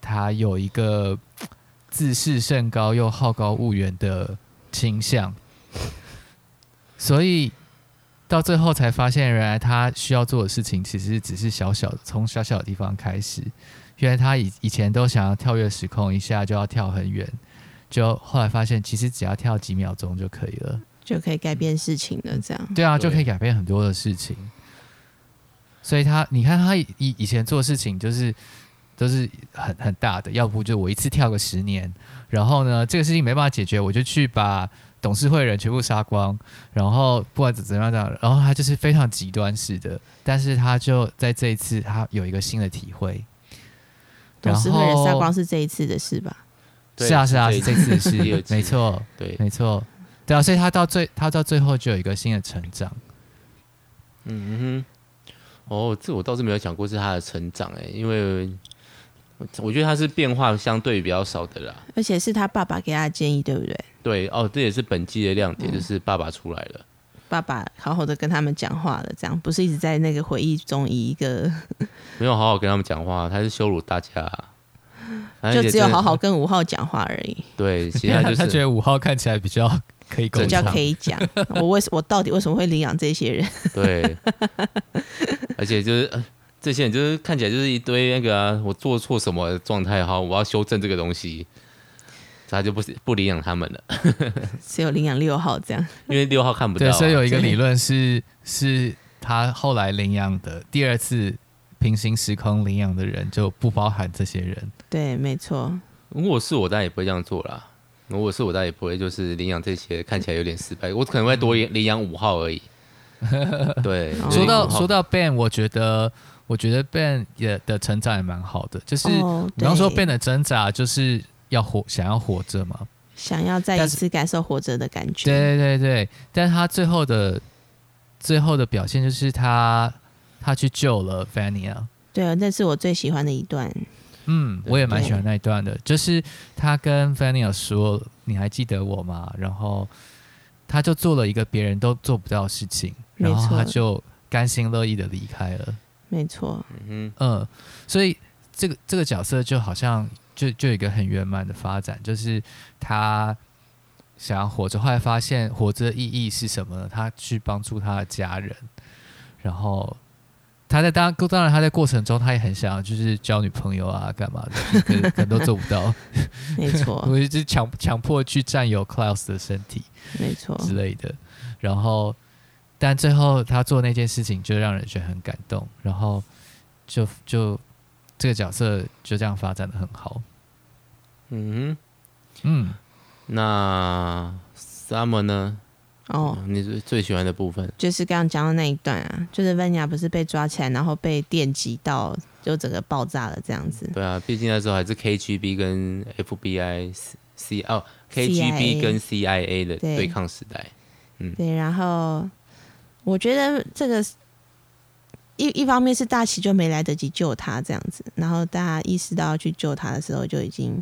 S3: 他有一个嘖自视甚高又好高骛远的倾向，所以。到最后才发现，原来他需要做的事情其实只是小小的，从小小的地方开始。原来他以以前都想要跳跃时空，一下就要跳很远，就后来发现其实只要跳几秒钟就可以了。
S2: 就可以改变事情了，这样，
S3: 对啊，
S1: 对
S3: 就可以改变很多的事情。所以他，你看他以以以前做事情就是都是很很大的，要不就我一次跳个十年，然后呢这个事情没办法解决，我就去把董事会人全部杀光，然后不管怎怎么样这样，然后他就是非常极端式的，但是他就在这一次他有一个新的体会。
S2: 董事会
S3: 然
S2: 人
S3: 后
S2: 杀光是这一次的事吧？
S1: 对
S3: 是啊，是啊，
S1: 是
S3: 是
S1: 这
S3: 这
S1: 一
S3: 次的
S1: 第二
S3: 事，
S1: 季
S3: 没错，
S1: 对，
S3: 没错，对啊，所以他到最他到最后就有一个新的成长，
S1: 嗯哼，哦，这我倒是没有想过是他的成长哎、因为我我觉得他是变化相对比较少的啦。
S2: 而且是他爸爸给他的建议，对不对？
S1: 对，哦，这也是本季的亮
S2: 嗯
S1: 点，就是爸爸出来了。
S2: 爸爸好好的跟他们讲话了，这样不是一直在那个回忆中以一个
S1: 没有好好跟他们讲话，他是羞辱大家、
S3: 哎
S1: 反正
S2: 就
S1: 也
S2: 只有
S1: 真的
S2: 好好跟五号讲话而已，
S1: 对，其
S3: *laughs* 因为
S1: 他
S3: 他
S1: 就
S3: 他觉
S1: 是
S3: 得五号看起来比较可以沟
S2: 比
S1: 正
S2: 较
S1: 常
S2: 可
S3: 通，
S2: 以讲。我为什我到底为什么会领养这些人？ *laughs*
S1: 对，而且就是、呃这些人就是看起来就是一堆那个、啊、我做错什么的状态，好，我要修正这个东西，他就不不领养他们了，
S2: 只有领养六号这样，
S1: 因为六号看不到、
S3: 对，
S1: 啊，
S3: 所以有一个
S2: 对
S3: 理论是是他后来领养的第二次平行时空领养的人就不包含这些人，
S2: 对，没错，
S1: 如果是我，当然也不会这样做啦。如果是我，当然也不会就是领养这些看起来有点失败，我可能会多领领养五号
S3: *laughs*
S1: 而已。对，
S2: 哦
S1: 领
S3: 说
S1: 养
S3: 到
S1: 五号
S3: 说，到 Ben，我觉得我觉得 Ben 也的成长也蛮好的，就是
S2: 哦
S3: 你刚说
S2: 对
S3: Ben 的挣扎就是要活想要活着嘛，
S2: 想要再一
S3: 但是
S2: 次感受活着的感觉。
S3: 对对对，但是他最后的最后的表现就是他他去救了 Fanny 啊，
S2: 对，那是我最喜欢的一段。
S3: 嗯，
S1: 对
S3: 我也蛮喜欢那一段的，就是他跟 Fanny 有说你还记得我吗？然后他就做了一个别人都做不到的事情，
S2: 没
S3: 然后
S2: 错
S3: 他就甘心乐意的离开了，
S2: 没错，
S1: 嗯
S3: 嗯，所以这个这个角色就好像就就有一个很圆满的发展，就是他想要活着，后来发现活着的意义是什么呢？他去帮助他的家人，然后他在当当然他在过程中他也很想要就是交女朋友啊干嘛的，可可能都做不到，
S2: 没
S3: *laughs*
S2: 错，
S3: 我就是强强迫去占有 Klaus 的身体
S2: 没错，
S3: 之类的，然后但最后他做那件事情就让人觉得很感动，然后就就这个角色就这样发展的很好。
S1: 哼嗯
S3: 嗯，
S1: 哼，那 Summer 呢？
S2: 哦。
S1: 你最最喜欢的部分？
S2: 就是刚刚讲到那一段啊，就是温雅不是被抓起来，然后被电击到，就整个爆炸了这样
S1: *laughs*
S2: 子。
S1: 对啊，毕竟那时候还是 KGB 跟 FBI、C 哦 KGB 跟 CIA 的
S2: 对
S1: 对抗时代。
S2: 对，然后我觉得这个一一方面是大喜就没来得及救他这样子，然后大家意识到要去救他的时候，就已经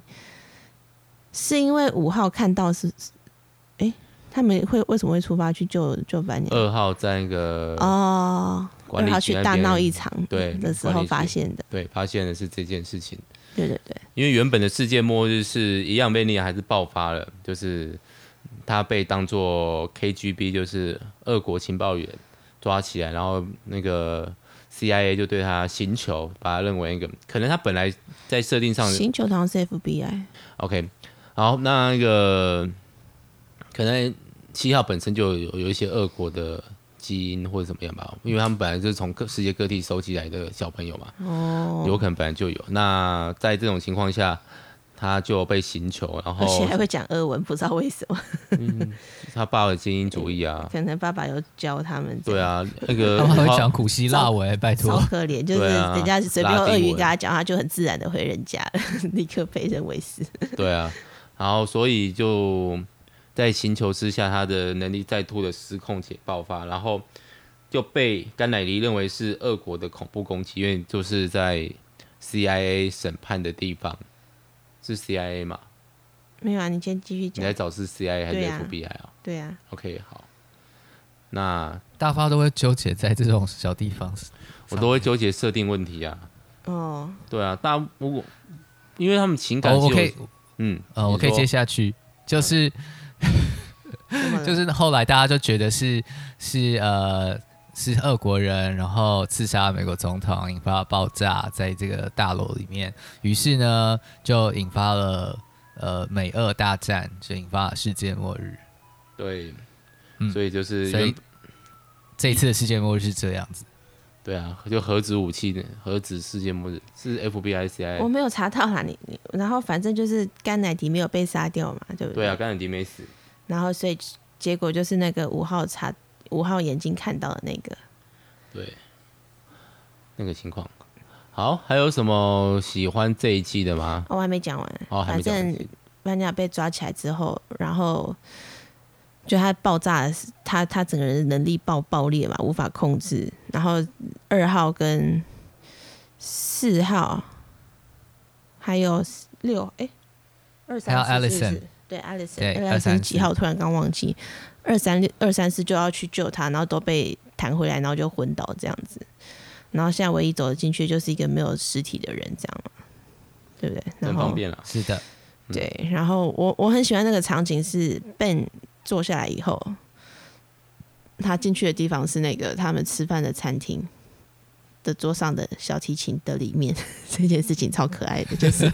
S2: 是因为五号看到是，哎，他们会为什么会出发去救救班尼？
S1: 二号在那个
S2: 哦，
S1: 呃管理
S2: 让他
S1: 局
S2: 去
S1: 那
S2: 大
S1: 边
S2: 闹一场
S1: 对
S2: 的时
S1: 管
S2: 候
S1: 理局
S2: 发现的，
S1: 对发现的是这件事情。
S2: 对对对，
S1: 因为原本的世界末日是一样被尼亚还是爆发了，就是他被当做 KGB，就是俄国情报员抓起来，然后那个 CIA 就对他刑求，把他认为一个可能他本来在设定上
S2: 星球堂是 FBI，
S1: OK，好，那那个可能七号本身就有有一些俄国的基因或者怎么样吧，因为他们本来就是从各世界各地收集来的小朋友嘛，
S2: 哦，
S1: 有可能本来就有。那在这种情况下，他就被刑求，然
S2: 而且
S1: 后
S2: 还会讲俄文，不知道为什么，
S1: 他爸的精英主义啊，
S2: 可能爸爸有教他们。
S1: 对，啊，那个
S3: 他们还会讲古希腊文，拜
S2: 超
S3: 托。
S2: 可怜，就是
S1: 对啊
S2: 人家随便用
S1: 拉丁
S2: 俄语
S1: 文
S2: 跟他讲，他就很自然的回人家了， *laughs* 立刻被认为是。 *laughs*
S1: 对啊，然后所以就在行球之下，他的能力再度的失控且爆发，然后就被甘乃迪认为是俄国的恐怖攻击，因为就是在 CIA 审判的地方，是 CIA 嘛？
S2: 没有啊，你先继续
S1: 你
S2: 讲
S1: 在。找是 CIA 还是
S2: 对啊
S1: FBI 啊
S2: 对啊，
S1: ？OK，好，那
S3: 大发都会纠结在这种小地方，
S1: 我都会纠结设定问题啊，
S2: 哦，
S1: 对啊，大家如果因为他们情感
S3: 哦，我
S1: 是
S3: 可
S1: 有
S3: 以，
S1: 嗯
S3: 呃，我可以接下去，就是
S2: 嗯 *laughs* 怎么了
S3: *laughs* 就是后来大家就觉得是是呃是俄国人，然后刺杀美国总统，引发爆炸在这个大楼里面，于是呢就引发了呃美俄大战，就引发了世界末日。
S1: 对，
S3: 嗯
S1: 所以就是
S3: 所以
S1: 原
S3: 这一次的世界末日是这样子，
S1: 对啊，就核子武器的核子世界末日是 FBI
S2: 我
S1: CIA。
S2: 没有查到啦，你你，然后反正就是甘乃迪没有被杀掉嘛，对不
S1: 对啊，
S2: 对
S1: 甘乃迪没死。
S2: 然后所以结果就是那个五号查五号眼睛看到的那个，
S1: 对，那个情况。好，还有什么喜欢这一季的吗？
S2: 哦我还没讲完。
S1: 哦，还
S2: 反
S1: 没讲
S2: 正班尼亚被抓起来之后，然后就他爆炸的时，他他整个人能力爆爆裂嘛，无法控制。然后二号跟四号，还有六哎，二三
S3: 还有
S2: 四是不
S3: Allison
S2: 是对 Alison，
S3: 对
S2: 二三
S3: 234
S2: 几号突然刚忘记，二三六二三四就要去救他，然后都被弹回来，然后就昏倒这样子。然后现在唯一走得进去就是一个没有尸体的人，这样嘛，对不对？然
S1: 很
S2: 后
S1: 方便了。
S3: 是
S2: *laughs*
S3: 的，
S2: 对，然后我我很喜欢那个场景是 Ben 坐下来以后，他进去的地方是那个他们吃饭的餐厅的桌上的小提琴的里面， *laughs* 这件事情超可爱的，就是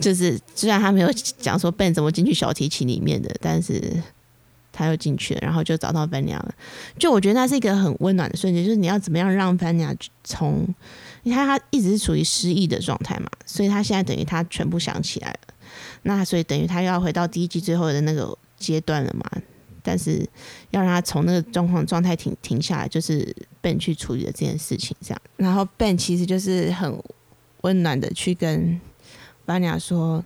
S2: 就是虽然他没有讲说 Ben 怎么进去小提琴里面的，但是。他又进去了，然后就找到 v a n 了。就我觉得那是一个很温暖的瞬间，就是你要怎么样让 v a n 从，你看他一直是处于失忆的状态嘛，所以他现在等于他全部想起来了。那所以等于他又要回到第一季最后的那个阶段了嘛。但是要让他从那个状况状态停停下来，就是 Ben 去处理的这件事情，这样。然后 Ben 其实就是很温暖的去跟 Vanya 说，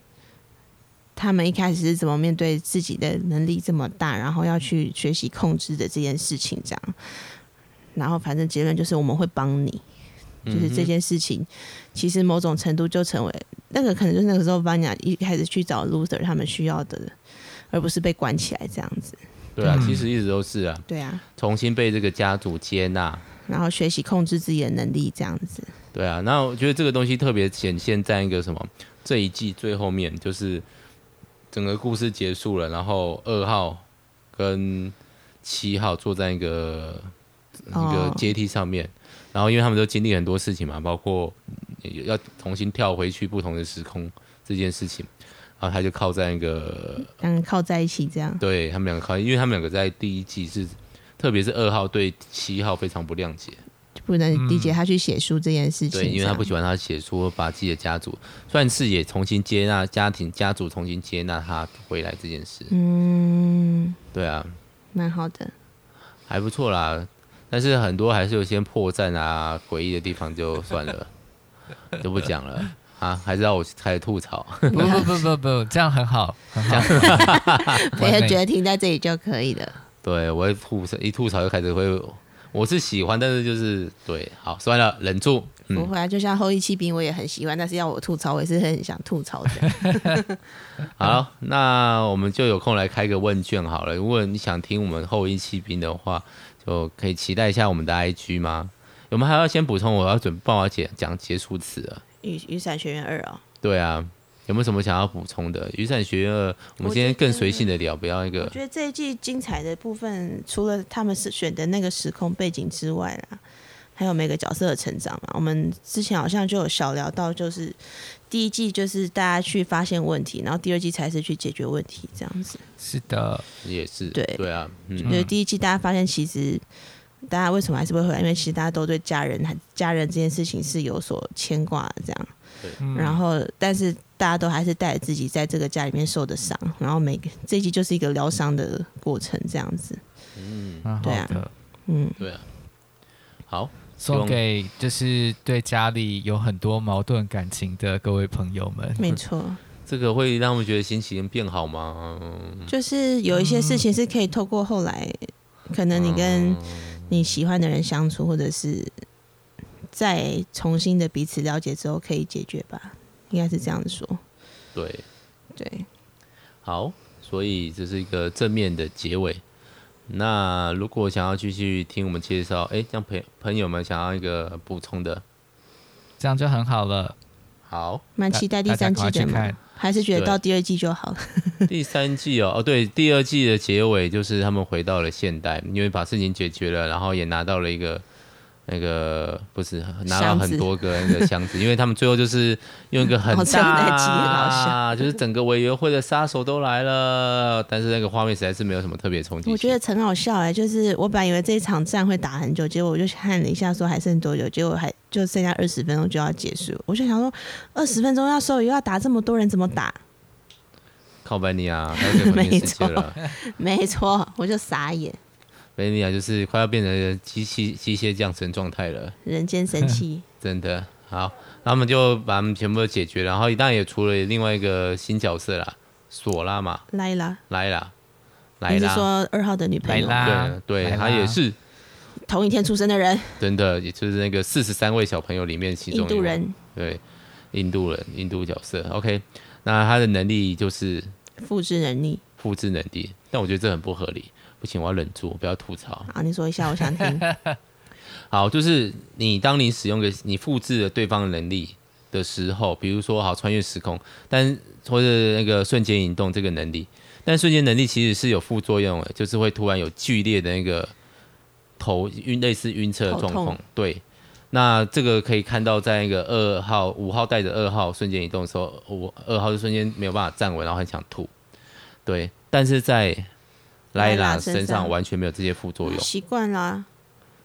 S2: 他们一开始是怎么面对自己的能力这么大，然后要去学习控制的这件事情，这样。然后反正结论就是我们会帮你，就是这件事情，其实某种程度就成为那个可能就是那个时候 Vanya 一开始去找 Luther 他们需要的，而不是被关起来这样子。
S1: 对啊，
S3: 嗯
S1: 其实一直都是啊，
S2: 对啊，
S1: 重新被这个家族接纳。
S2: 然后学习控制自己的能力这样子。
S1: 对啊，那我觉得这个东西特别显现在一个什么这一季最后面，就是整个故事结束了，然后二号跟七号坐在一个呃一个
S2: 哦
S1: 阶梯上面，然后因为他们都经历很多事情嘛，包括嗯要重新跳回去不同的时空这件事情，然后他就靠在一个
S2: 两个靠在一起这样。
S1: 对他们两个靠，因为他们两个在第一季是，特别是二号对七号非常不谅解。
S2: 就不能理解他去写书这件事
S1: 嗯
S2: 情。
S1: 对，因为他不喜
S2: 欢。
S1: 欢他写出把自己的家族，算是也重新接纳家庭，家族重新接纳他回来这件事。
S2: 嗯，
S1: 对啊，
S2: 蛮好的。
S1: 还不错啦，但是很多还是有些破绽啊、诡异的地方，就算了，就不讲了啊，还是让我开始吐槽。 *laughs*
S3: 不不不不不，这样很好，很
S2: *laughs*
S3: 好，
S2: 我
S3: 完
S2: 也
S3: 美
S2: 觉得停在这里就可以了。
S1: 对我一吐一吐槽就开始会，我是喜欢，但是就是对，好算了，忍住。
S2: 不
S1: 嗯，
S2: 会啊，就像后羿弃兵，我也很喜欢，但是要我吐槽，我也是很想吐槽
S1: *laughs*
S2: 的。
S1: 好，那我们就有空来开个问卷好了。如果你想听我们后羿弃兵的话，就可以期待一下我们的 IG 吗？我们还要先补充，我要准备帮我姐讲结束词了。
S2: 雨雨伞学院二哦，
S1: 对啊，有没有什么想要补充的？雨伞学院二，我们今天更随性的聊，不要一
S2: 我
S1: 个
S2: 觉得这一季精彩的部分，除了他们是选的那个时空背景之外啦，啊还有每个角色的成长嘛。啊我们之前好像就有小聊到，就是第一季就是大家去发现问题，然后第二季才是去解决问题这样子。
S3: 是的，
S1: 也是
S2: 对
S1: 对啊，嗯，
S2: 就是第一季大家发现其实。大家为什么还是会回来？因为其实大家都对家人、还家人这件事情是有所牵挂的，这样。
S3: 嗯
S2: 然后，但是大家都还是带着自己在这个家里面受的伤，然后每个这一集就是一个疗伤的过程，这样子。
S3: 蛮好
S2: 对啊
S3: 的，
S2: 嗯，
S1: 对啊。好，
S3: 送给就是对家里有很多矛盾感情的各位朋友们，
S2: 没错，
S1: 这个会让他们觉得心情变好吗？嗯
S2: 就是有一些事情是可以透过后来，可能你跟
S3: 哦
S2: 你喜欢的人相处，或者是再重新的彼此了解之后，可以解决吧，应该是这样子说。
S1: 对，
S2: 对，
S1: 好，所以这是一个正面的结尾。那如果想要继续听我们介绍，哎，像朋朋友们想要一个补充的，
S3: 这样就很好了。
S2: *laughs*
S1: 好，
S2: 蛮期待第
S3: 大家
S2: 三
S3: 赶
S2: 季
S3: 快
S2: 的
S3: 去
S2: 嘛
S3: 看，，
S2: 还是觉得到第二季就好了。
S1: 第三季哦，哦对，第二季的结尾就是他们回到了现代，因为把事情解决了，然后也拿到了一个那个不是拿到很多个那个箱子，因为他们最后就是用一
S2: *laughs*
S1: 个很
S2: 好像在集好
S1: 大，
S2: 像
S1: 就是整个委员会的杀手都来了，但是那个画面实在是没有什么特别冲击性。
S2: 我觉得很好笑哎、就是我本来以为这一场战会打很久，结果我就看了一下说还剩多久，结果还就剩下二十分钟就要结束，我就想说二十分钟要收尾又要打这么多人怎么打？ *laughs*
S1: 靠班尼亚，他就毁灭世界了。
S2: 没错，我就傻眼，
S1: 贝尼亚就是快要变成机器机械降神状态了。
S2: 人间神
S3: *laughs*
S2: 奇。
S1: 真的好，那我们就把他们全部都解决，然后当然也除了另外一个新角色啦，索拉嘛，
S2: 莱拉，
S1: 莱拉，莱
S2: 你是
S1: 拉，
S2: 说二号的女朋友
S3: 莱？拉
S1: 对对，
S3: 莱拉
S1: 他也是
S2: 同一天出生的人，
S1: 真的，也就是那个四十三位小朋友里面其中
S2: 印
S1: 一
S2: 度
S1: 位，
S2: 人
S1: 对，印度人，印度角色，OK，那他的能力就是
S2: 复制能力
S1: 复制能力，但我觉得这很不合理，不行，我要忍住，我不要吐槽。
S2: 啊，你说一下，我想
S3: *laughs*
S2: 听。
S1: 好，就是你当你使用个你复制了对方的能力的时候，比如说好穿越时空，但或者那个瞬间移动这个能力，但瞬间能力其实是有副作用的，就是会突然有剧烈的那个头晕，类似晕车的状
S2: 头
S1: 况
S2: 痛。
S1: 对，那这个可以看到，在那个二号、五号带着二号瞬间移动的时候，五二号就瞬间没有办法站稳，然后很想吐。对，但是在莱
S2: 莱拉
S1: 拉
S2: 身
S1: 身上
S2: 上
S1: 完全没有这些副作用。
S2: 习惯啦，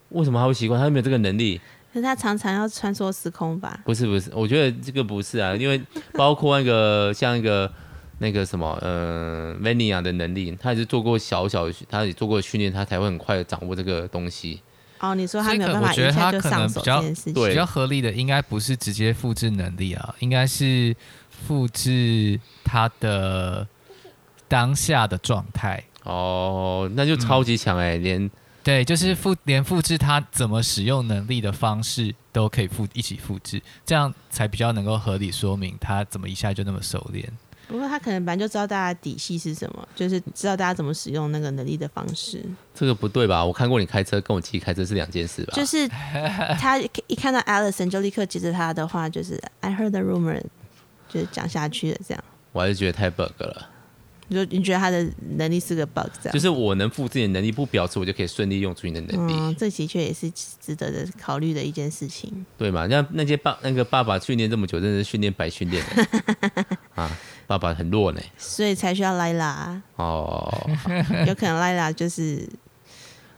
S1: 为什么他会习惯？他没有这个能力。
S2: 可是他常常要穿梭时空吧？
S1: 不是不是，我觉得这个不是
S2: *laughs*
S1: 啊，因为包括那个像一个那个什么，呃 v a n i a 的能力，他也是做过小小的，他也做过训练，他才会很快的掌握这个东西。
S2: 哦，你说他
S3: 所以
S2: 没有
S3: 可
S2: 办法
S3: 我觉
S2: 一
S3: 得
S2: 下
S3: 他
S2: 就
S3: 可
S2: 上
S3: 能
S2: 手
S3: 比
S2: 这
S3: 较
S2: 件事情，
S1: 对
S3: 比较合理的应该不是直接复制能力啊，应该是复制他的当下的状态。
S1: 哦，那就超级强
S2: 嗯
S1: 哎、连
S3: 对，就是复连复制他怎么使用能力的方式都可以复一起复制，这样才比较能够合理说明他怎么一下就那么熟练。
S2: 不过他可能本来就知道大家的底细是什么，就是知道大家怎么使用那个能力的方式。
S3: 啊
S1: 这个不对吧？我看过你开车，跟我自己开车是两件事吧？
S2: 就是他一看到 Alison 就立刻接着他的话，就是哎 I heard the rumor，就是讲下去了这样。
S1: 我还是觉得太 bug
S2: 啊
S1: 了。
S2: 你就你觉得他的能力是个 bug 这样？
S1: 就是我能复制你的能力，不表示我就可以顺利用出你的能力，
S2: 嗯，这的确也是值得的考虑的一件事情。
S1: 对嘛？那那些爸那个爸爸训练这么久，真的是训练白训练、欸、
S2: *laughs*
S1: 啊！爸爸很弱呢、
S2: 所以才需要 Lila，啊
S1: *laughs* 哦。
S2: 有可能 Lila 就是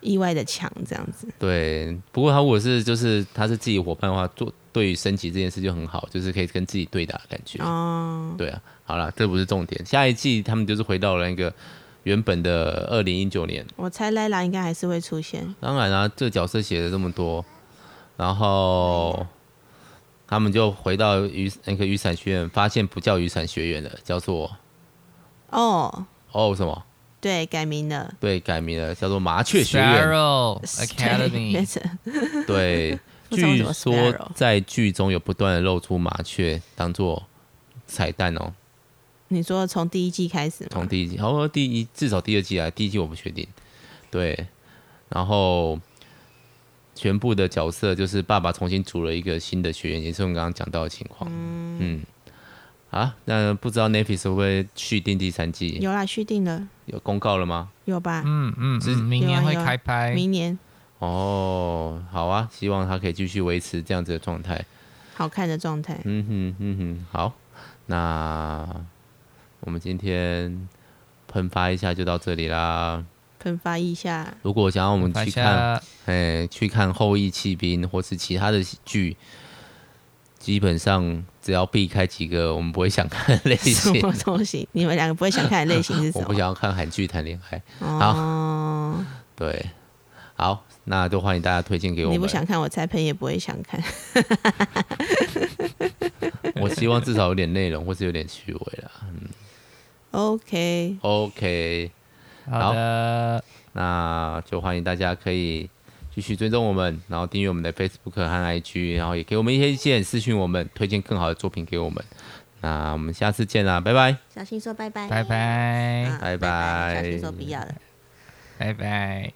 S2: 意外的强这样子。
S1: 对，不过他如果是就是他是自己伙伴的话，做对于升级这件事就很好，就是可以跟自己对打的感觉。
S2: 哦，
S1: 对啊，好啦，这不是重点。下一季他们就是回到了那个原本的二零一九年。
S2: 我猜 Lila 应该还是会出现。
S1: 当然啊，这角色写了这么多，然后他们就回到雨那个雨伞学院，发现不叫雨伞学院了，叫做
S2: 哦，
S1: 哦什么？
S2: 对，改名了。
S1: 对，改名了，叫做麻雀学院。
S2: 对
S3: Sparrow
S2: 没
S3: Academy，
S2: 错 *laughs*
S1: 对，
S2: 不知道为
S1: 据
S2: 什么
S1: 说
S2: sparrow
S1: 在剧中有不断的露出麻雀当做彩蛋哦，
S2: 你说从第一季开始吗
S1: 从？第一季，好像第一至少第二季啊，第一季我不确定。对，然后全部的角色就是爸爸重新组了一个新的学员，也是我们刚刚讲到的情况。嗯，啊，那不知道 Netflix 会不会续订第三季？
S2: 有啦，续订了，
S1: 有公告了吗？
S2: 有吧？
S3: 嗯嗯，嗯明年会开拍，
S2: 明年
S1: 哦，好啊，希望他可以继续维持这样子的状态。
S2: 好看的状态。
S1: 嗯哼，嗯哼，好，那我们今天喷发一下就到这里啦。
S2: 喷发
S1: *laughs*
S2: 一下，
S1: 如果想要我们
S3: 大
S1: 去看，
S3: 家
S1: 哎，去看《后羿弃兵》或是其他的剧，基本上只要避开几个我们不会想看的类
S2: *laughs* 什
S1: 型。
S2: 么东西？你们两个不会想看的类型是什
S1: *laughs* 我
S2: 么？
S1: 不想要看韩剧谈恋爱。
S2: 哦，
S1: 对，好，那就欢迎大家推荐给我
S2: 你
S1: 们。
S2: 不想看，我猜喷也不会想看。 *laughs*
S1: 我希望至少有点内容或是有点趣味啦。
S2: OK，
S1: OK，
S3: 好的，
S1: 那就欢迎大家可以继续追踪我们，然后订阅我们的 Facebook 和 IG，然后也给我们一些意见，私讯我们，推荐更好的作品给我们。那我们下次见啦，拜拜。
S2: 小新说拜拜，
S3: 拜拜，
S2: 啊
S1: 拜
S2: 拜
S1: 拜
S2: 小新说不要了。
S3: 拜拜。